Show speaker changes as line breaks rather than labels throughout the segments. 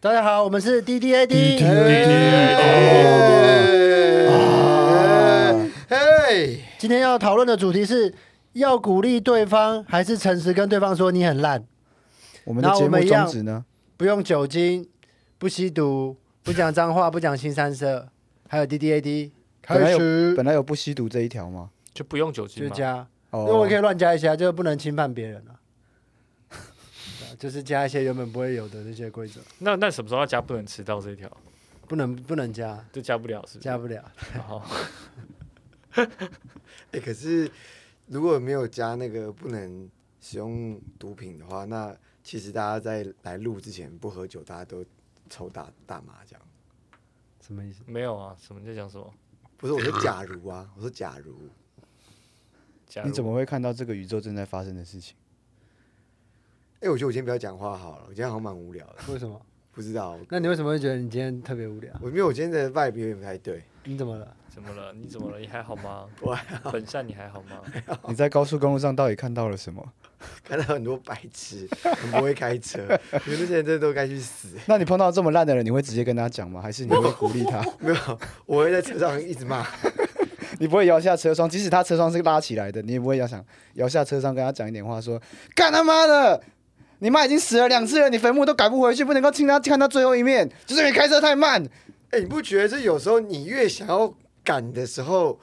大家好，我们是 D D A D。哎
嘿，
今天要讨论的主题是要鼓励对方，还是诚实跟对方说你很烂？
我们的节
那我们
目
一样
宗旨呢？
不用酒精，不吸毒，不讲脏话，不讲新三色，还有 D D A D。
本来
开
有
始
本来有不吸毒这一条吗？
就不用酒精
就
嘛。
加，因为我
哦
可以，乱加一些，就是不能侵犯别人啊。 对啊就是加一些原本不会有的那些规则，
那那什么时候要加不能迟到这一条？
不能不能加，
就加不了是不是？
加不了。
好，
哎、可是如果没有加那个不能使用毒品的话，那其实大家在来录之前不喝酒，大家都抽大大麻这样。
什么意思？
没有啊，什么在讲什么？
不是，我说假如啊，我说假如，
加入
你怎么会看到这个宇宙正在发生的事情？
哎、我觉得我今天不要讲话好了，我今天好像蛮无聊的，
为什么？
不知道。
那你为什么会觉得你今天特别无聊？
我因为我今天的 vibe 有点不太对，
你怎么了？
怎么了？你怎么了？你还好吗？
我
本善你还好吗？
你在高速公路上到底看到了什么？
看到很多白痴，很不会开车，我觉得那些人真的都该去死。
那你碰到这么烂的人，你会直接跟他讲吗？还是你会鼓励 他？
没有，我会在车上一直骂。
你不会摇下车窗，即使他车窗是拉起来的，你也不会要想摇下车窗跟他讲一点话说干他妈的，你妈已经死了两次了，你坟墓都改不回去，不能够亲他看他最后一面，就是你开车太慢。
哎、你不觉得这有时候你越想要赶的时候，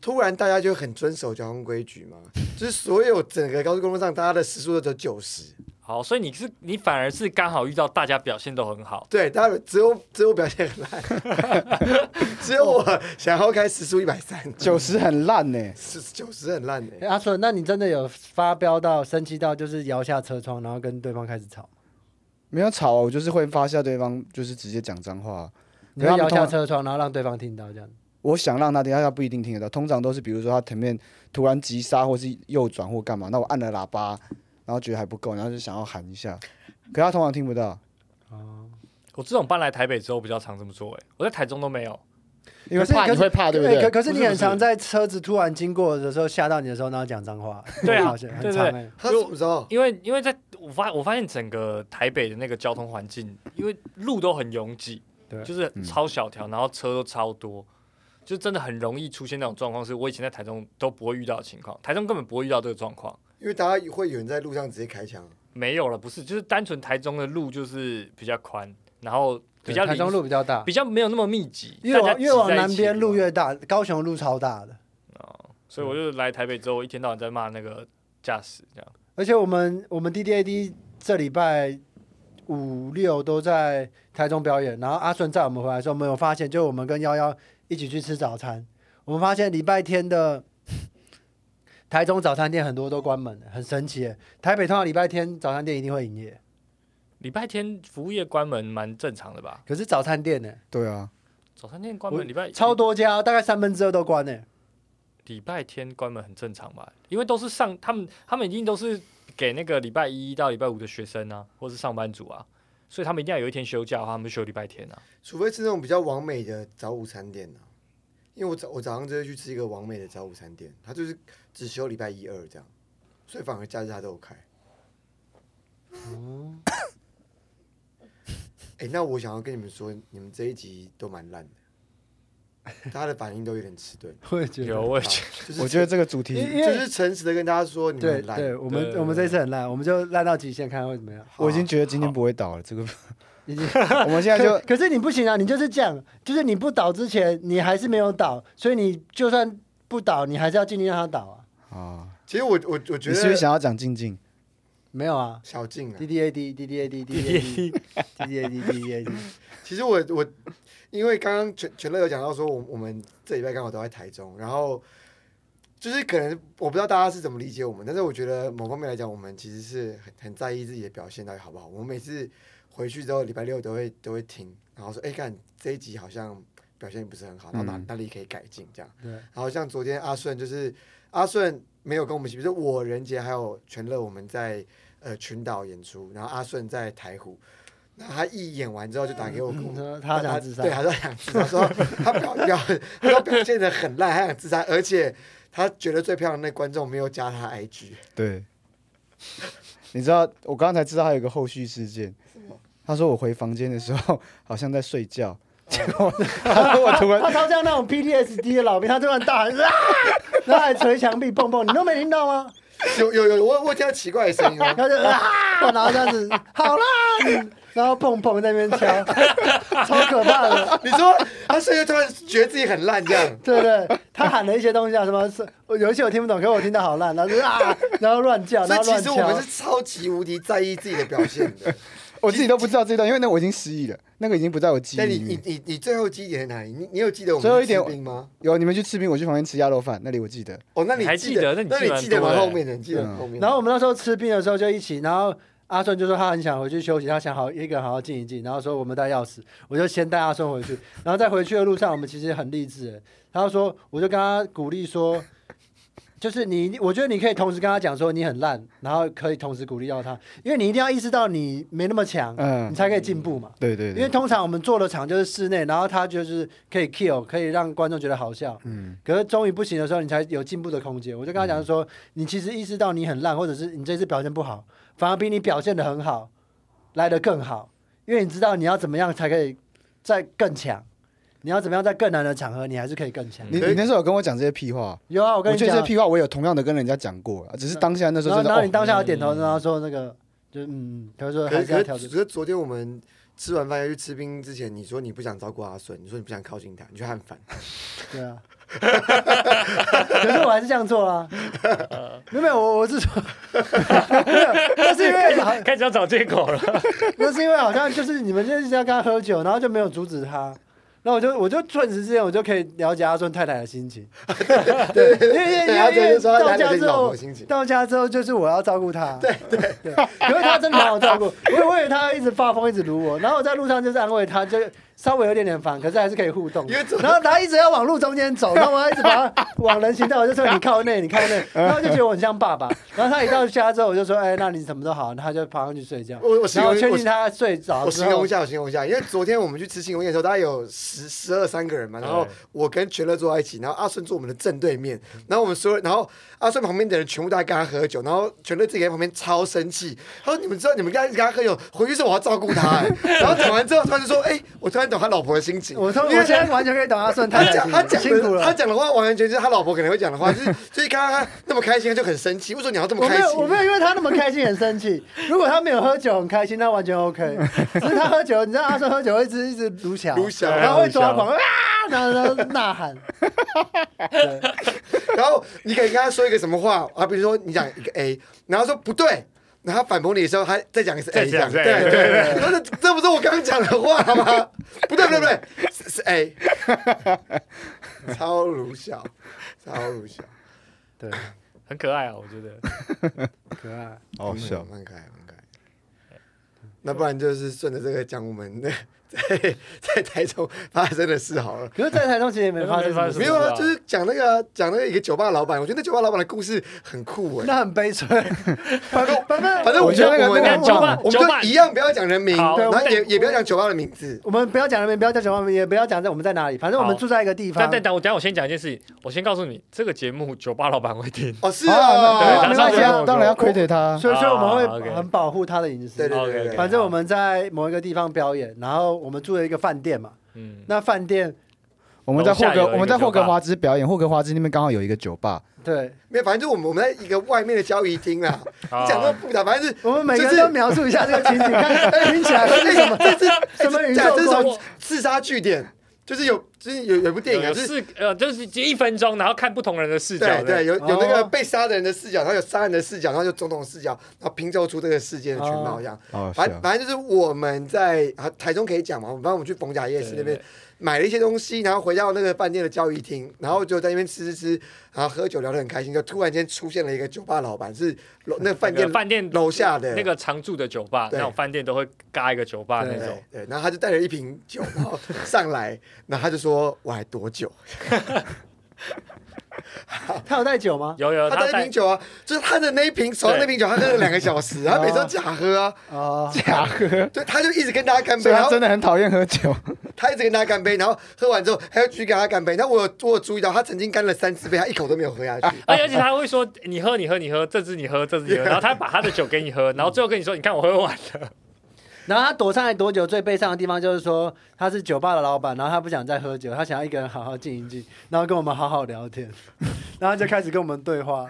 突然大家就很遵守交通规矩吗？就是所有整个高速公路上，大家的时速都只有九十，
好，所以你是你反而是刚好遇到大家表现都很好，
对，大家只有只有我表现很烂，只有我想要开时速一百三，
九十很烂呢、
十九十很烂哎、
哎阿顺，那你真的有发飙到生气到，就是摇下车窗，然后跟对方开始吵？
没有吵啊，我就是会发下对方就是直接讲脏话啊。
你会
可是他们
摇
通
下
常
车窗，然后让对方听到这样？
我想让他听，但他不一定听得到。通常都是比如说他前面突然急刹，或是右转或干嘛，那我按了喇叭，然后觉得还不够，然后就想要喊一下，可他通常听不到，
哦，
我这种搬来台北之后比较常这么做、欸，我在台中都没有。
因为
可是
怕
可
你
是
会啊怕，对不
哎可
对？
可是
不
你
是
很
不是
常在车子突然经过的时候吓到你的时候，然后讲脏话。
对啊
好像 很
对
常
对
哎。
他什么时候？
因为因为在我发我发现整个台北的那个交通环境，因为路都很拥挤，
对
就是超小条，然后车都超多，就真的很容易出现那种状况，是我以前在台中都不会遇到的情况，台中根本不会遇到这个状况。
因为大家会有人在路上直接开枪，啊
没有了，不是，就是单纯台中的路就是比较宽，然后比
对
较
台中
零
路比较大，
比较没有那么密集，
越
大
往
家
越往
挤在一
南
起
边路
嘛
越大，高雄路超大的。
哦，所以我就来台北之后，一天到晚在骂那个驾驶这样。
而且我们我们 D D A D 这礼拜五六都在台中表演，然后阿顺载我们回来的时候，我们有发现，就我们跟幺幺一起去吃早餐，我们发现礼拜天的台中早餐店很多都关门了，很神奇耶。台北通常礼拜天早餐店一定会营业，
礼拜天服务业关门蛮正常的吧？
可是早餐店呢，
对啊，
早餐店关
我
门，礼拜
超多家哦，大概三分之二都关呢。
礼拜天关门很正常吧？因为都是上他们他们一定都是给那个礼拜一到礼拜五的学生啊，或是上班族啊，所以他们一定要有一天休假的话，他们休礼拜天啊。
除非是那种比较完美的早午餐店啊。因为我早我早上就会去吃一个完美的早午餐店，它就是只休礼拜一二这样，所以反而假日它都有开。
哦
哎、那我想要跟你们说，你们这一集都蛮烂的，大家的反应都有点迟钝。
我也觉
有，我也觉
就是
我觉得这个主题
因为
就是诚实的跟大家说，你们
对
很烂。
对，我
对
们
对
我们这一次很烂，我们就烂到极限，看看会怎么样。
啊
我已经觉得今天不会倒了，这 个
已经
我们现 在就
可可是你不行啊，你就是这样，就是你不倒之前，你还是没有倒，所以你就算不倒，你还是要尽力让它倒啊。
啊，
其实我我我觉
你是不是
得
想要讲静静？
没有啊
小静啊
，D，D A D D D A D D A D D D A D D D A D，
其实我我因为刚刚全全乐有讲到说，我我们这礼拜刚好都在台中，然后就是可能我不知道大家是怎么理解我们，但是我觉得某方面来讲，我们其实是很很在意自己的表现到底好不好。我们每次回去之后，礼拜六都会都会听，然后说，哎、看这一集好像表现不是很好，然后哪、
嗯
哪里可以改进这样。
对
然后像昨天阿顺就是阿顺没有跟我们一起，比如说我仁杰还有全乐我们在呃群岛演出，然后阿顺在台湖。那他一演完之后就打给我，跟我
你说嗯他想自杀
对，，他说他想自杀，说他表表他说表现的很烂，他想自杀，而且他觉得最漂亮的那观众没有加他 IG，
对，你知道我刚才知道还有一个后续事件，他说我回房间的时候好像在睡觉，结果他说我突然
他超像那种 PTSD 的老兵，他突然大喊啊，然后还捶墙壁蹦蹦，你都没听到吗？
有有有，我我听到奇怪的声 音了。
他就啊，然后这样子，好啦，然后碰碰在那边敲，超可怕的，
你说他睡觉突然觉得自己很烂 这样，
对不对？他喊了一些东西啊，什么是有一些我听不懂，可是我听到好烂，然后就 啊，然后乱叫，
所
然
以
后乱
其实
敲
我。们是超级无敌在意自己的表现的。
我自己都不知道这段，因为那我已经失忆了，那个已经不在我记忆
但你
里
你
面。
你你最后记忆点在哪里？你你有记得我
最后一
们去
点
吃冰吗？
有你们去吃冰，我去旁边吃鸭肉饭，那里我记得。
哦，那
你
你
还记得那你
那
记得
你记得
蛮
蛮
多的
后面的，你记得蛮后面的。
嗯然后我们那时候吃冰的时候就一起，然后阿顺就说他很想回去休息，他想好一个人好好静一静，然后说我们带钥匙，我就先带阿顺回去，然后在回去的路上，我们其实很励志的，然后说我就跟他鼓励说。就是你，我觉得你可以同时跟他讲说你很烂，然后可以同时鼓励到他，因为你一定要意识到你没那么强，
嗯
你才可以进步嘛。
对对
因为
对，
通常我们做的场就是室内，然后他就是可以 kill，可以让观众觉得好笑。嗯，可是终于不行的时候，你才有进步的空间。我就跟他讲说，你其实意识到你很烂，或者是你这次表现不好，反而比你表现的很好来的更好，因为你知道你要怎么样才可以再更强，你要怎么样在更难的场合你还是可以更强。
你你那时候有跟我讲这些屁话，
有啊，我
我
跟你
觉得
讲
这些，屁话我有同样的跟人家讲过，啊只是当下那时
然后
候真的
然后你
哦，
当下有点头，然后说那个就是嗯，嗯他说
可
还
是
是要
可
调
是
整。
可是昨天我们吃完饭要去吃冰之前，你说你不想照顾阿顺，你说你不想靠近他，你去汉反。
对啊，可是我还是这样做啊。没有没有，我我是说， 没有，那是因为好，
开始要找借口了。
那是因为好像就是你们就是要跟他喝酒，然后就没有阻止他。然后我就我就顿时之间我就可以了解阿顺太太的心情，对，因为因为
对
因
阿
为因
顺
为
就说他
到
了
家
解
之
老
后
婆心情，
到家之后就是我要照顾他， 对对对，可是他真的蛮好照顾， 我我以为他一直发疯一直撸我，然后我在路上就是安慰他，就稍微有点点烦，可是还是可以互动的
因为昨
然后他一直要往路中间 走，然后我要一直把他往人行道，我就说你靠内，你靠内， 然后我就觉得我很像爸爸。然后他一到家之后，我就说，哎，那你什么都好，他就爬上去睡觉。
我我形
然
容
后确
我
定他睡着
我
之
形容
后
一，下，我形容一下，因为昨天我们去吃庆功宴的时候，大概有十十二三个人嘛，然后
对
我跟全乐坐在一起，然后阿顺坐我们的正对面，
嗯
然后我们所有，然后阿顺旁边的人全部都在跟他喝酒，然后全乐自己在旁边超生气，他说：“你们知道你们刚才一直跟他喝酒，回去之后我要照顾他、欸。”然后讲完之后，他就说：“哎、我突然懂他老婆的心情。”
我通我
因为
现在完全可以懂阿顺
他
太太
讲他
的
讲
心辛苦
的他
了。
讲的话完全就是他老婆可能会讲的话，就是就是刚刚他那么开心，他就很生气。为什么你要这么
我
开
没有，我没
心？
有因为他那么开心很生气。如果他没有喝酒很开心，那完全 OK。只是他喝酒，你知道阿顺喝酒会一直一直撸小，
卢翔，
然后会抓狂啊，然后然后呐喊。对
然后你可以跟他说一个什么话啊？比如说你讲一个 A，然后他说不对，然后他反驳你的时候，他再讲一次 A，
再
这样
讲
对
对
对对。然后这这不是我刚刚讲的话吗？不对不对不对，是是 A，超鲁小，超鲁小，
对，
很可爱啊，我觉 得。
可爱。
好
嗯
笑。
蛮可爱蛮可爱。那不然就是顺着这个讲我们那 在在台中发生的事好了。
可是，在台中其实也没发生什么
是
事
没有
是
啊，
吧
就是讲那个啊讲那个一个酒吧老板，我觉得那酒吧老板的故事很酷
啊
哎、
那很悲催。反正反正
反正我
我觉得那个
我们
那个
酒吧
啊我们
酒吧
就一样，不啊要讲人名，
好
然后
对
也也不要讲酒吧的名字。
我们不要讲那边，不要讲什么，也不要讲在我们在哪里，反正我们
好
住在一个地
但
方。
但但我等一下我先讲一件事情，我先告诉你，这个节目酒吧老板会听。
哦，是
啊，
对
那
没
啊，
关系啊
当然要 credit 他。
所以，所以我们
啊
会
，OK
很保护他的隐私。
对对
OK，OK，
对对啊
反正
好
我们在某一个地方表演，然后我们住了一个饭店嘛。
嗯，
那饭店
我们在霍
楼下有
格
一个
我们在霍格
酒吧
华兹表演，霍格华兹那边刚好有一个酒吧，
对，
没有，反正就我们我们在一个外面的交易厅啦。
好
讲到复杂，反正是
我们每个人
就是
都描述一下这个情 景，看听起来
哎
是什么
这是
什么宇宙
讲这是
观
什么自杀据点，就是有就是有有一部电影啊，
有
就是
四呃，就是一分钟，然后看不同人的视角
对
的。
对，有有那
哦
个被杀的人的视角，然后有杀人的视角，然后有总统的视角，然后拼凑出这个事件的全貌一样。
哦，是
反
啊
反正就是我们在啊台中可以讲嘛，反正我们去逢甲夜市那
对对
边买了一些东西，然后回到那个饭店的交易厅，然后就在那边吃吃吃，然后喝酒聊得很开心，就突然间出现了一个酒吧老板，是楼那个饭
那
店
个饭店
楼下的
那。个常住的酒吧，
对
那种饭店都会嘎一个酒吧那
对
种。
对，然后他就带了一瓶酒，然后上来，然后他就说：“我还多久啊
他有带酒吗？
有？”有，
他
呃他
带一
带
瓶酒啊，就是他的那一瓶，手上那瓶酒，他喝了两个小时，他每次都假喝啊，
哦，
假喝，
对，他就一直跟大家干杯，
所以
然
他
后
真的很讨厌喝酒。
他一直跟大家干杯，然后喝完之后还要继续跟他干杯。那我有我有注意到，他曾经干了三次杯，他一口都没有喝下去。
而且而且他会说你喝你喝你喝，这支你喝这支你喝，然后他把他的酒给你喝，然后最后跟你说你看我喝完了，
然后他躲上来多久？最悲伤的地方就是说，他是酒吧的老板，然后他不想再喝酒，他想要一个人好好静一静，然后跟我们好好聊 天，然后他就开始跟我们对话，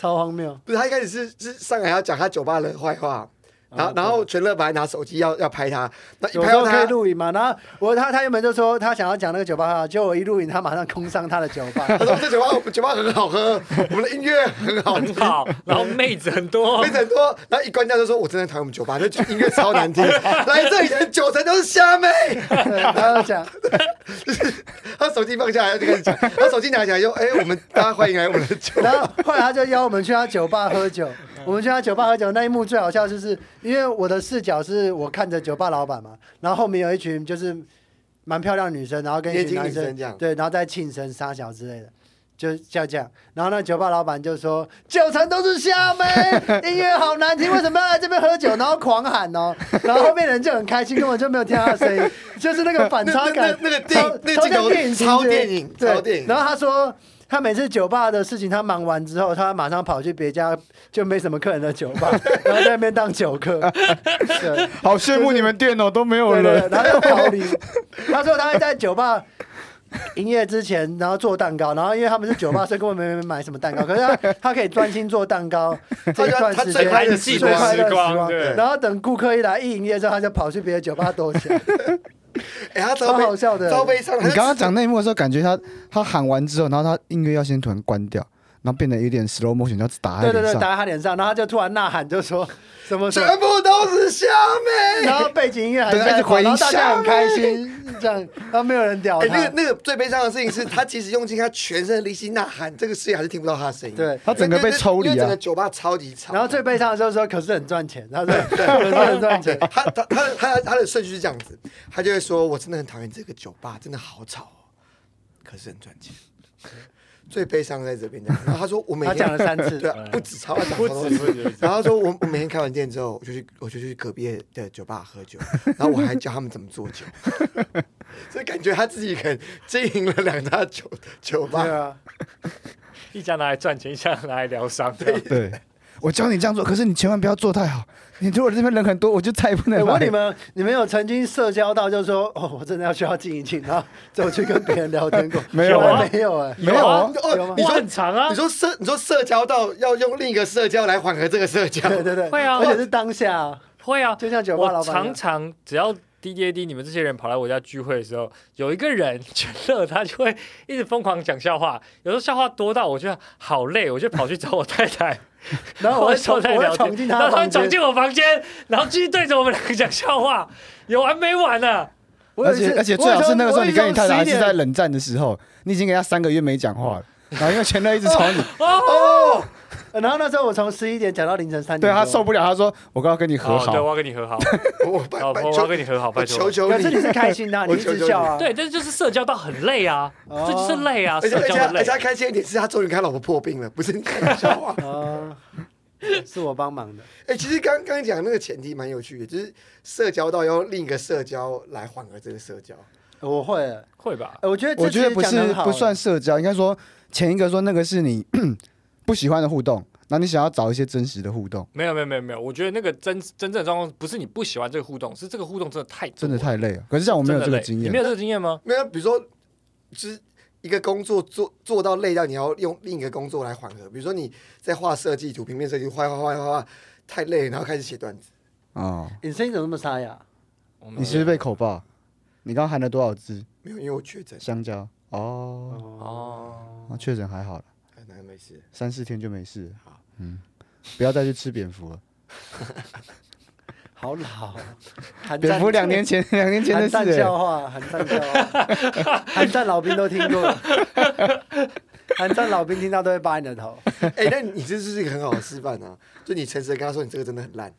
超荒谬。
不是他一开始是是上来要讲他酒吧的坏话，然后、
啊对
然后全乐本来拿手机要要拍他，那一
有
拍
时候
到
可以
他，
录影嘛？然后我他他原本就说他想要讲那个酒吧哈，结果我一录影，他马上空上他的酒 吧。
他说这酒吧我们酒吧很好喝，我们的音乐很好
哦
听
很。好，然后妹子很多
非，常多，然后一关掉就说：“我真的讨厌我们酒吧，那音乐超 难听，来这里的人九成都是虾妹。
对，然后讲，”
他手机放下来就开始讲，他手机拿起来就：“哎、我们大家欢迎来我们的酒吧。
然后后来他就邀我们去他酒吧喝酒。
嗯
我们去他酒吧喝酒那一幕最好笑，就是因为我的视角是我看着酒吧老板嘛，然后后面有一群就是蛮漂亮的女生，然后跟一群男
年轻
生
女生这样
对，然后在庆生、撒小之类的。就像这样，然后那酒吧老板就说：“九成都是虾妹，音乐好难听，为什么要来这边喝酒？”然后狂喊哦，然后后面人就很开心，根本就没有听到他的声 音，就是那个反差感，
那那那那个电
超
那个
超像
镜头
电影情
超
节
电影
对
超电影
然后他说，他每次酒吧的事情他忙完之后，他马上跑去别家就没什么客人的酒 吧，然后在那边当酒客。对
好羡慕你们店哦，都没有
对对，
人。
然后就逃 离。他说他会在酒吧营业之前，然后做蛋糕，然后因为他们是酒吧，所以根本没没买什么蛋糕。可是他 他可以专心做蛋糕这一段时
他最
间，
快
安
乐
静
时
最
的
快乐
时
的时
光，
光。
对，
然后等顾客一来一营业之后，他就跑去别的酒吧 躲起来，
哎，他
超
超
好
悲，
笑的。
超悲伤。
你刚刚
他
讲内幕的时候，感觉他他喊完之后，然后他音乐要先突然关掉，然后变得有点 slow motion，要打在
对对对，
脸上。
打在他脸上，然后他就突然呐喊，就说什么什
就
么
全部都是虾 妹。
然后背景音乐还
对
在
一直
放
回音
然后大家
吓
很开心， 这样，然后没有人屌
哎、那
他
个。那个最悲伤的事情是他即使用尽他全身的力气呐喊，这个世界还是听不到他的声音。哎
对
他整个被抽离啊
因为整个酒吧超级吵。
然后最悲伤的就是说，可是很赚钱，他说可是很赚
对
钱，
他他他的他的他的顺序是这样子，他就会说：“我真的很讨厌这个酒吧，真的好吵哦，可是很赚钱。”最悲伤在这边，然后他说：“我每
他
天
讲了三次
对、啊，不止超，他讲
不
好多
止
次
不止，
然后他说我我每天开完店之后，我就去我就去隔壁的酒吧喝酒，然后我还教他们怎么做酒， 所以感觉他自己可能经营了两家酒酒
对
吧。
啊，
一家拿来赚钱，一家拿来疗伤，
对，我教你这样做，可是你千万不要做太好。你如果这边人很多，我就再也不能
哎
来。
我问你们，你们有曾经社交到就是说，哦，我真的要需要静一静，然后走去跟别人聊天过？
没有啊
我还没有哎，
没有啊？
有吗
哦，你
哇
说
很长啊
你，说社你说社交到要用另一个社交来缓和这个社交，
对对对，
会啊
而且是当下啊，
会啊，
就像酒吧
我
老板一样
常常只要 D D A D 你们这些人跑来我家聚会的时候，有一个人全乐，他就会一直疯狂讲笑话，有时候笑话多到我觉得好累，我就跑去找我太太，
然后我会
会
冲，
坐
我
在
会
聊
闯
天，
进
然
他的
后他会
房
闯
间。
进我房间，然后继续对着我们两个讲笑话，有完没完啊？
我有
而
一次
且而且最好是那个时候你跟你太太还是在，
我有一次我有一次11点
冷战的时候，你已经跟他三个月没 讲话了，然后因为前任一直吵你，
哦，
呃 然后那时候我从十一点讲到凌晨三点
对
多，
啊他受不了，他说我刚刚跟你和
哦对，
好，
我要跟你和好，
我
哦
拜拜
我要
求
跟你和好，拜
我
托
求。求
可
你
是你是开心 的啊，你
我
一
求
直
求
笑啊，
对，但是就是社交到很累啊，
哦
这就是累啊，
而且
社
而且
交的
而
累
且。他开心一点是他终于看他老婆破病了，不是你 讲笑话。
哦， 是我帮忙的。
哎、其实刚刚讲那个前提蛮有趣的，就是社交到要用另一个社交来缓和这个社交。
我会欸，
会吧？
呃我觉得
我觉得不是不算
是
社交，应该说前一个说那个是你不喜欢的互动，然后你想要找一些真实的互动，
没有没有没有没有，我觉得那个真真正的状况不是你不喜欢这个互动，是这个互动真的太多
真的
了
太累了。可是像我没有这
真的
个
累
经
你
验
没，有这个经验吗？
没有，比如说，就是一个工作做做到累到你要用另一个工作来缓和。比如说你在画设计图、平面设计，画画画画画，太累了，然后开始写段子。
哦，
你声音怎么那么沙哑？
我
嗯
没有
你是不是被口爆？你刚刚含了多少支
没有，因为我确诊，
香蕉？哦，
哦，
啊确诊还好了，
哎那个没事。
三四天就没事了。嗯，不要再去吃蝙蝠了。
好老啊，韩
蝙
战
蝠两年前两年前的
韩
事
战笑
欸，
话，韩战笑话， 韩战老兵都听过，韩战老兵听到都会扒你的头。
哎、那你这是一个很好的示范啊！就你诚实的跟他说，你这个真的很烂。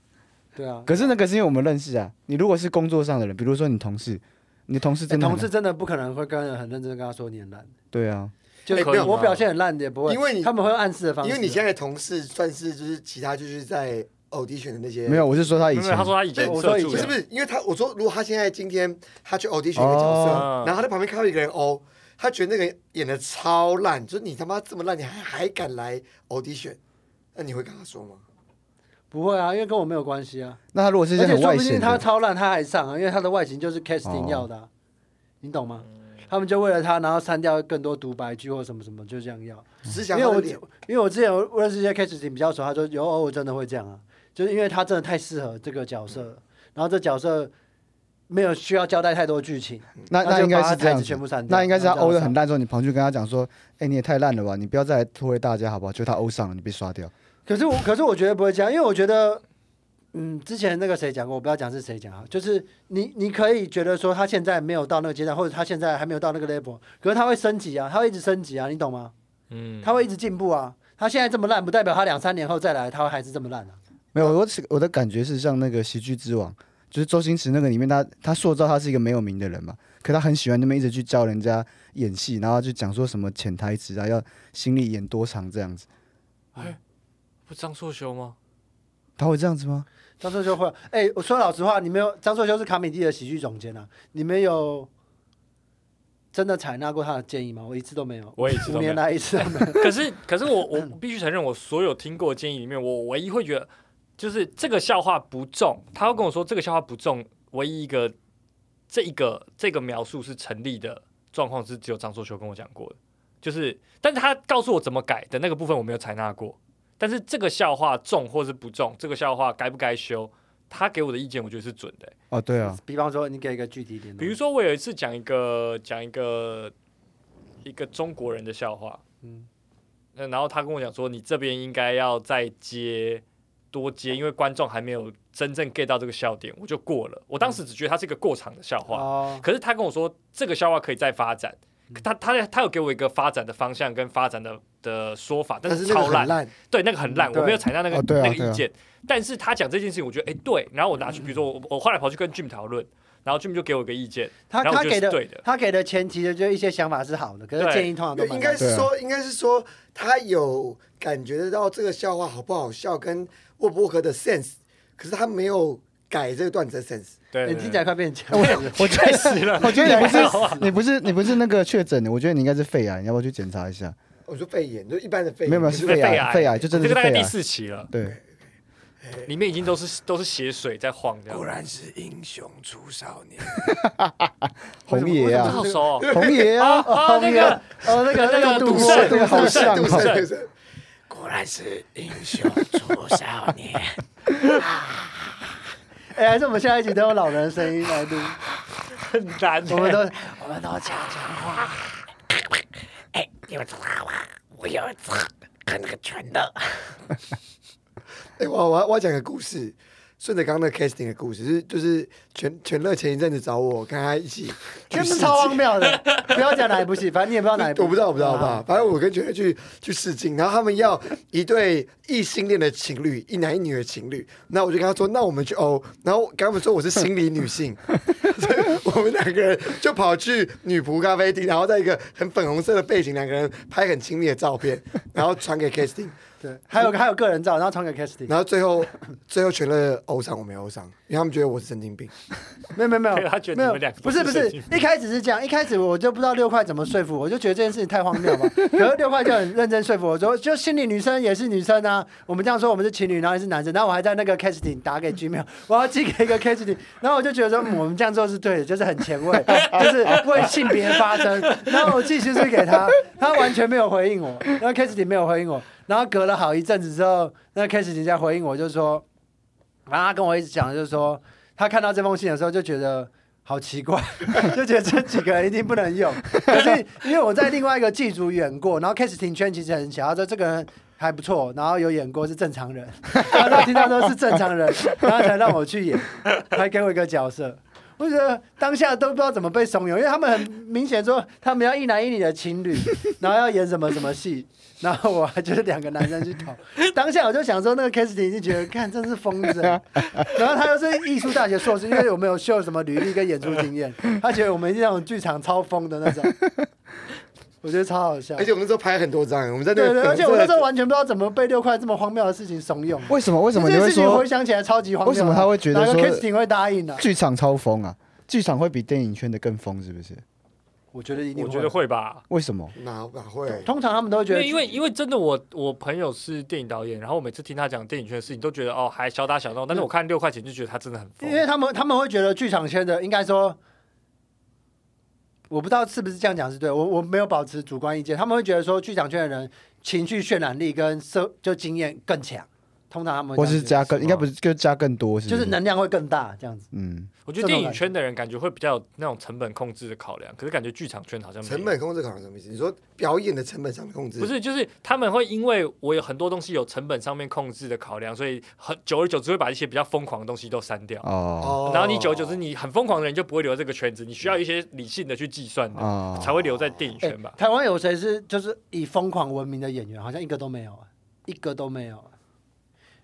对啊，
可是那个是因为我们认识啊。你如果是工作上的人，比如说你同事，你同事
欸
真的很
同
难、
事真的不可能会跟人很认真地跟他说你很烂，
对啊，
就
欸没有
我表现很烂也不会，
因为你
他们会用暗示的方式，
因为你现在的同事算是就是其他就是在 audition 的那些
没有，我是说他以
没有，
前
他说他以前
我说
社
以
助
不
前
是
的
不是，因为他我说，如果他现在今天他去 audition 一个角色，
哦
然后他在旁边看到一个人哦，他觉得那个人演的超烂，就是你他妈这么烂，你还还敢来 audition？那你会跟他说吗？
不会啊，因为跟我没有关系啊。
那他如果是一
而
些
且
很
说
外
不定
显
他
的，
超烂，他还上啊，因为他的外形就是 casting
哦
要的啊、你懂吗？他们就为了他，然后删掉更多独白句或什么什么，就这样要。
只
因
想
为
他的
我
脸，
因为我之前有认识一些 casting 比较熟，他说有偶尔真的会这样啊，就是因为他真的太适合这个角色
嗯
了，然后这角色没有需要交代太多剧情，
那
那
那
就
应该
把他
是这
台
样
词
子
全部删掉，
那应该是他
然后
欧
叫
的
上
很烂的时候，你跑去跟他讲说：“哎、你也太烂了吧，你不要再来拖累大家好不好？”就他欧上了，你被刷掉。
可是我，可是我觉得不会这样，因为我觉得，嗯，之前那个谁讲过，我不要讲是谁讲啊，就是你你可以觉得说他现在没有到那个阶段，或者他现在还没有到那个 level，可是他会升级啊，他会一直升级啊，你懂吗？
嗯，
他会一直进步啊。他现在这么烂，不代表他两三年后再来，他会还是这么烂啊。
没有，我我的感觉是像那个喜剧之王，就是周星驰那个里面他，他塑造他是一个没有名的人嘛，可他很喜欢那么一直去教人家演戏，然后就讲说什么潜台词啊，要心里演多长这样子。
不张硕修吗？
他会这样子吗？
张硕修会，哎、我说老实话，你没有张硕修是卡米蒂的喜剧总监啊，你们有真的采纳过他的建议吗？我一次都没有，
我也知
五
道没有
年。来一次都 没有。
可是，可是我我必须承认，我所有听过的建议里面，我唯一会觉得就是这个笑话不中，他会跟我说这个笑话不中，唯一一个这一个这个描述是成立的状况是只有张硕修跟我讲过的，就是，但是他告诉我怎么改的那个部分我没有采纳过，但是这个笑话中或是不中，这个笑话该不该修，他给我的意见我觉得是准的、
哦，对啊，
比方说，你给一个具体一点的，
嗯
比如说，我有一次讲一个讲一个一个中国人的笑话，
嗯
嗯，那然后他跟我讲说，你这边应该要再接多接，因为观众还没有真正 get 到这个笑点，我就过了。我当
嗯
时只觉得它是一个过场的笑话，
哦，
可是他跟我说这个笑话可以再发展，
嗯
他他他有给我一个发展的方向跟发展的的说法，但
但
是
那个
超
很
烂，
烂，
对，那个很烂，
嗯
我没有采纳那个、
哦对啊
那个
对啊
意见。但是他讲这件事情，我觉得哎、对，然后我拿去，比如说我我后来跑去跟 Jim 讨论，然后 Jim 就给我一个意见，
他
然后
他
我觉
给
得是
的
对的
他给的前提的就一些想法是好的，可是
对
建议通常都蛮
应该
烂的
是
啊
说，应该是说他有感觉得到这个笑话好不好笑，跟沃伯克的 sense，可是他没有改这个段子的 sense。
对
你听起来快变强，
我确实了，
我觉得你不
太好
啊
是你不是你不是那个确诊的，我觉得你应该是肺癌，你要不要去检查一下？
我说肺炎，就一般的肺炎，
没有没有，
就是
肺
肺癌，
癌
肺癌就真的
啊这
是
个大
肺
概第
癌。
四期了，
对，
里面已经都是都是血水在晃这样。
然是英雄出少年。
红爷
这
啊
好，熟哦，
红爷
啊
啊，
啊那个
哦，那个那个
赌
赌
圣
圣
这个好像
杜
哦。
胜，杜胜
果然是英雄出少年。
哎，还是我们下一集都用老人的声音来 录，
很难欸，
我们都
我们都讲讲话。哎，你们知道吗？我有一次跟那个拳头，
哎，我我要我要讲个故事，顺着刚刚那个 casting 的故事，就是就是全全乐前一阵子找我跟他一起，
真是
啊
超荒谬的。不要讲哪一部戏，反正你也不知道哪一部，
我不知道我不知道
啊
吧，反正我跟全乐去去试镜，然后他们要一对异性恋的情侣，一男一女的情侣，那我就跟他说，那我们去欧，然后我跟他们说我是心理 女性，所以我们两个人就跑去女仆咖啡厅，然后在一个很粉红色的背景，两个人拍很亲密的照片，然后传给 casting。
对，还有还有个人照，然后传给 casting，
然后最后最后全乐欧上，我没欧上，因为他们觉得我是神经病。
没有没有没有
对，他觉得
没
你
有
们两个
不是
都
不
是
是
神经，病
一开始是这样，一开始我就不知道六块怎么说服我，我就觉得这件事情太荒谬 吧。可是六块就很认真说服我说，就心理女生也是女生啊，我们这样说我们是情侣，然后也是男生，然后我还在那个 casting 打给 Gmail，我 要寄给一个 casting，然后我就觉得说嗯我们这样做是对的，就是很前 卫，就是为性别发声。然后我寄信息给他，他完全没有回应我，然后 casting 没有回应我，然后隔了好一阵子之后，那 casting 才回应我，就说。然后他跟我一直讲，就是说他看到这封信的时候就觉得好奇怪， 就觉得这几个人一定不能用。 可是因为我在另外一个剧组演过，然后 casting 圈其实很小，他说这个人还不错，然后有演过是正常人， 他说听到说是正常人，然后才让我去演，还给我一个角色。我觉得当下都不知道怎么被怂恿，因为他们很明显说他们要一男一女的情 侣，然后要演什么什么戏，然后我还就是两个男生去投。 当下我就想说，那个 Casting 就觉得，看真是疯 子啊。然后他又是艺术大学硕士，因为我们有秀什么履历跟演出经 验，他觉得我们是那种剧场超疯的那种，我觉得超好笑。
而且我们那时候拍很多张，我们在那
对
个
嗯对，
粉
而且我那时
色
候完全不知道怎么被六块这么荒谬的事情怂恿。
为什么为什么你
这件
会
事情
说
回想起来超级荒谬啊？
为什么他会觉得
哪个
说
啊 Casting 会答应呢、
剧场超疯啊？剧场会比电影圈的更疯是不是？
我觉得一定
我觉得会吧。
为什么？
哪哪会？
通常他们都会觉得，
因为因为因为真的我我朋友是电影导演，然后我每次听他讲电影圈的事情，都觉得哦还小打小闹，但是我看六块钱就觉得他真的很疯
因。为他们他们会觉得剧场圈的应该说，我不知道是不是这样讲是对，我我没有保持主观意见，他们会觉得说剧场圈的人情绪渲染力跟社就经验更强，通常他们会
或
这样
是
觉得
加更，嗯应该不
是
是就加更多，是
吗，
不
就是能量会更大这样子。
嗯，
我觉得电影圈的人感觉会比较有那种成本控制的考量，可是感觉剧场圈好像没有
成本控制考量什么意思？你说表演的成本上的控制？
不，是，就是他们会因为我有很多东西有成本上面控制的考量，所以很久而久之会把一些比较疯狂的东西都删掉。
哦
哦
然后你久而久之，你很疯狂的人就不会留在这个圈子，你需要一些理性的去计算的，
哦，
才会留在电影
哎
圈吧。
台湾有谁是就是以疯狂闻名的演员？好像一个都没有啊，一个都没有啊。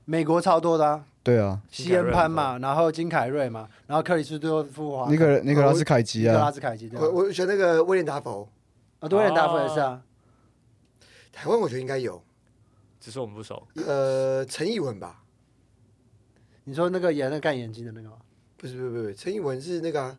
美国超多的、啊，
对啊，
西恩潘嘛，然后金凯瑞嘛，然后克里斯多夫华，
尼可尼可拉斯凯奇
尼克拉
啊，
斯凯奇对
我
啊，
我选那个威廉达佛，
啊，多元大夫也是啊，
台湾我觉得应该有，
只是我们不熟。嗯
呃，陈以文吧？
你说那个演那个干眼睛的那个吗，
不是不是不是，陈以文是那个、啊，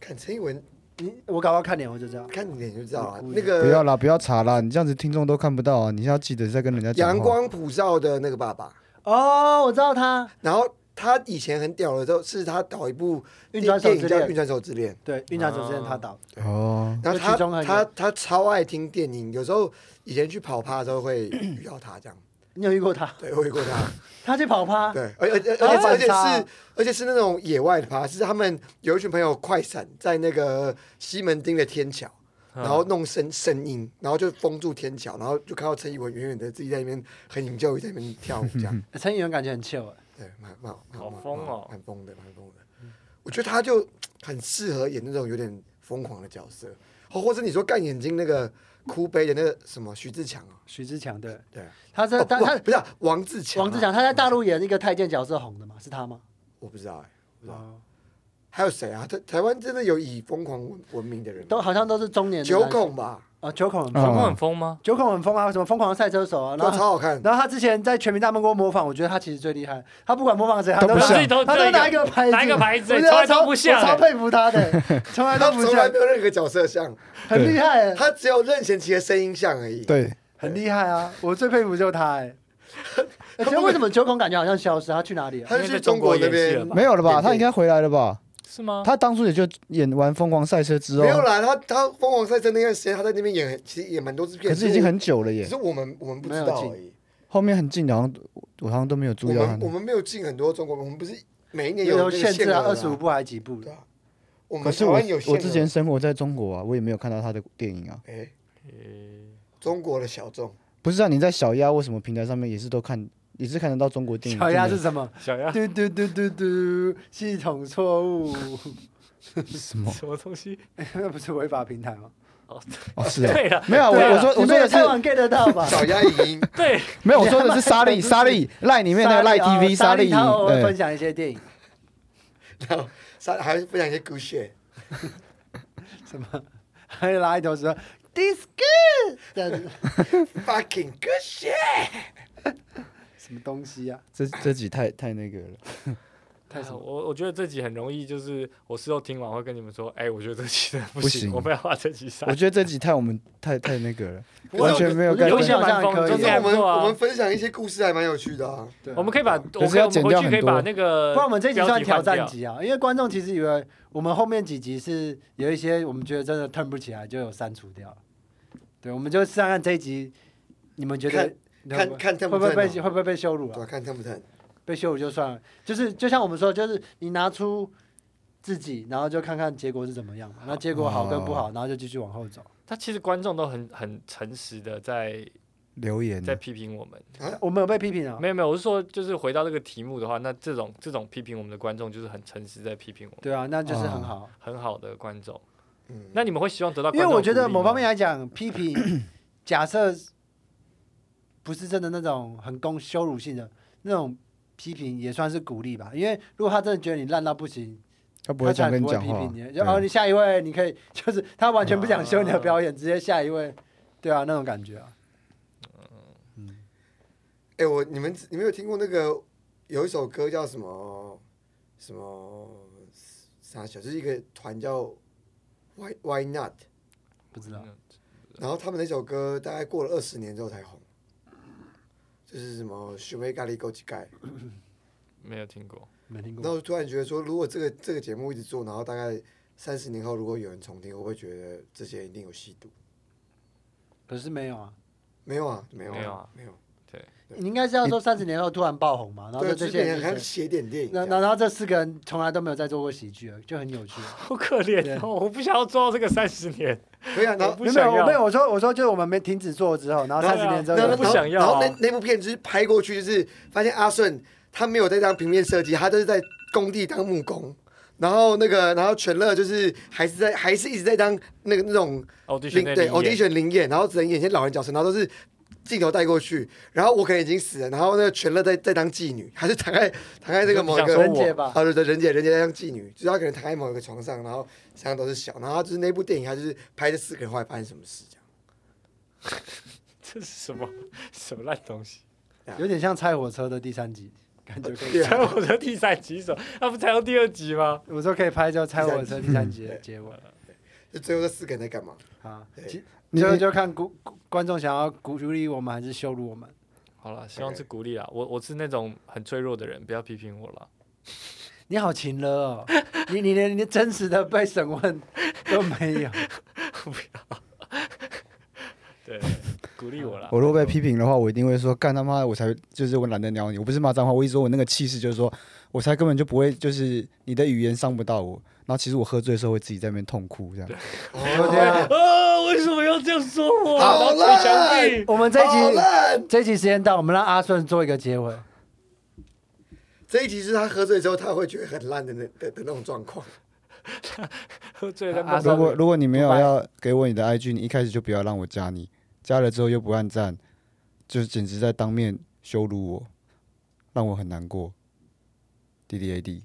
看陈以文，
你我搞不好看脸我就知道。
看你脸就知道啊，
嗯
那
不要
个
啦，不要查啦，你这样子听众都看不到啊，你要记得再跟人家讲话
阳光普照的那个爸爸，
哦，我知道他，
然后他以前很屌的时候，是他导一部
运
电
转手
电
之
影叫《
恋
运》，转手之恋
对，运转手之恋他导，
哦，》，
然后
就其中
他
很
他他超爱听电影，有时候以前去跑趴的时候会遇到他这样，
你有遇过他？
对，我遇过他。
他去跑趴，
啊
对，而而而
然后
而且
反
而且是而且是那种野外的趴，是他们有一群朋友快闪在那个西门町的天桥，
嗯
然后弄声声音，然后就封住天桥，然后就看到陈以文远远的自己在那边很引咎在那边跳舞这 样，
陈以文感觉很 chill，哎
对，蛮蛮蛮
好
蛮
疯
蛮
哦
蛮疯的，蛮疯的。我觉得他就很适合演那种有点疯狂的角色，或或者你说干眼睛那个哭悲的那个什么徐志强啊，
徐志强对，
对，
他在
哦
他
不
他
不是啊王志强啊，
王志强他在大陆演一个太监角色红的嘛，是他吗？
我不知道哎。不知道
哦，
还有谁啊？台台湾真的有以疯狂闻闻名的人吗，
都好像都是中年的
九
男
孔吧，
啊，九孔很
嗯
疯，
阳光很疯吗？
九孔很疯啊，什么疯狂的赛车手啊，
都
然后
超好看。
然后他之前在《全民大闷锅》模仿，我觉得他其实最厉害。他不管模仿谁，他
都
拿
不像
他都拿一个牌子，
拿一个牌子
我觉得
从
他
来都
超
不像
我超佩服他的，从来
他
都不
从来
像
没，有任何角色像，
很厉害，
他只有任贤齐的声音像而已。，
对，
很厉害啊！我最佩服就是他哎。而且为什么九孔感觉好像消失？他去哪里啊了？
他就去中国那
因为在中国演戏了
边
吧
没有了吧？
演
他应该回来了吧？
是吗？
他当初也就演完《疯狂赛车》之后
哦没，有啦。他他疯狂赛车那段时间，他在那边演，其实也蛮多支片，
可是已经
我
很久了
只
耶
是。我们我们不知
没有
道
进
而已。
后面很近，好像我好像都没有注
我
意到他
们
呢
我。们没有进很多中国，我们不是每一年那
有
个
限制啊，
额
二十五。部还是几部
对
的？
啊，我
可
们
是
台
我
湾有限额
我之前生活在中国啊，我也没有看到他的电影啊。
哎，
诶
中国的小众，
不是啊，你在小鸭或什么平台上面也是都看，也是看得到中国电影。
小鸭
这
是
个
什么？
想要
嘟嘟嘟嘟嘟，系统错误，
什么？
什么东西？
那不是违法平台吗？
哦，
哦，是 啊，
对了，
没有啊，我
对啊
我说
你
我
们
说
也
的是
太晚 get 得到 吧？
小鸭影音，
对，
没有，我说的是沙 利沙利赖里面那个赖
莎莉
TV
哦
沙
莎
利，
莉，他偶尔分
对，
享一些电影，
然后还还分享一些 good shit。
什么， 还有拉一头蛇，this good 这样子，
fucking good shit。
什么东西啊？
这这集太太那个 了。
太什么
啊我我觉得这集很容易，就是我事后听完会跟你们说，哎，我觉得这集真的不
不
行，
行
我们要把这集删
我。觉得这集太我们太太那个了，
不过
完全没有
我觉得
概
有一些
念。
蛮疯的，
可
就
以
可
是
是我
还不
们
错
我们
啊。
分享一些故事还蛮有趣的啊，
对啊
我们可以把，我
可
可
是
以
要
我们
剪
回
掉
去可以
很多
把那个，
不然我们这集算挑战
集，
集啊，因为观众其实以为我们后面几集是有一些我们觉得真的 turn 不起来，就有删除掉了。对，我们就试看看这一集，你们觉得
看看看
会不
看
会被
疼
会不会被羞辱
不
啊
疼？？看疼不疼？
被羞辱就算了，就是就像我们说，就是你拿出自己，然后就看看结果是怎么样嘛。那结果好跟不
哦
好，然后就继续往后走。
他其实观众都很很诚实的在
留言
在批评我们。
我们有被批评啊，
没有没有，我是说，就是回到这个题目的话，那这种这种批评我们的观众就是很诚实在批评我们，
对啊，那就是很好。
很好的观众。
嗯，
那你们会希望得到观
因为
众
我觉得
鼓励
某
吗
方面来讲，批评假设不是真的那种很攻羞辱性的那种批评，也算是鼓励吧。因为如果他真的觉得你烂到不行，
他不
他
会
才
想跟
不
你
会
讲
批
话
评你。。就哦，
对啊
你下一位，你可以， 就是他完全不想修你的表演，直接下一位，对啊，那种感觉啊。
哎、我你们你们有听过那个有一首歌叫什么什么啥小，就是一个团叫 Why Why Not？
不知道。
嗯
然后他们那首歌大概过了二十年之后才红，就是什么 s h u m e g a l i g o j i g a i
没有听过。
没听
然后我突然觉得说，如果这个这个节目一直做，然后大概三十年后如果有人重听，会不会觉得这些人一定有吸毒？
可是没有啊。
没有啊，没有、
没有啊
没有。
你应该是要说三十年后突然爆红嘛，然后
对，啊
就这
就是
些
变成
人
像
就
写点电影这
那
样。
那然后这四个人从来都没有再做过喜剧了，就很有趣。
好可怜哦！我不想要做到这个三十年，
可以啊，然
我
后
不
没有
想
没有，我没有，
要。
我说我说就是我们没停止做之后，然后
对啊
三十年之后
然
有
后
不
然后
想要
然后
啊
那那部片就是拍过去，就是发现阿顺他没有在当平面设计，他都是在工地当木工。然后那个，然后全乐就是还是在，还是一直在当那个那种
，audition
零
那
对
里演
audition 零演，然后只能演一些老人角色，然后都是镜头带过去。然后我可能已经死了，然后那个全乐在在当妓女，还是躺在躺在那个某一
你想
个
说
人
我
杰吧，
啊，对对，人姐人姐在当妓女，就是她可能躺在某一个床上，然后身上都是小，然后她就是那部电影，她就是拍这四个人后来发生什么事这样。
这是什么 什么烂东西？
有点像拆火车的第三集，感觉可以。
对啊
才我的第三集手，那不才到第二集吗？
我说可以拍叫拆火车第三集的
对
结尾
就最后这四个人在干嘛？
啊，
嗯
对
其
你
最后就看观观众想要鼓励我们还是羞辱我们。
好了，希望是鼓励啦。我我是那种很脆弱的人，不要批评我了。
你好勤了哦， 你你连你真实的被审问都没 有。
对，鼓励我了。
我如果被批评的话，我一定会说干他妈的，我才就是我懒得鸟你，我不是骂脏话，我一直说我那个气势就是说，我才根本就不会，就是你的语言伤不到我。然后其实我喝醉的时候会自己在那边痛哭这样。
哦
对啊
啊，为什么要这样说我？
好
然后捶墙 壁
我们这一
好
集
烂！
这一集时间到，我们让阿顺做一个结尾。
这一集是他喝醉之后，他会觉得很烂的那的的那种状况。
喝醉在
阿
梦
三
如
中
果如果你没有
拜
要给我你的 IG，你一开始就不要让我加你，加了之后又不按赞，就是简直在当面羞辱我，让我很难过。D D A D，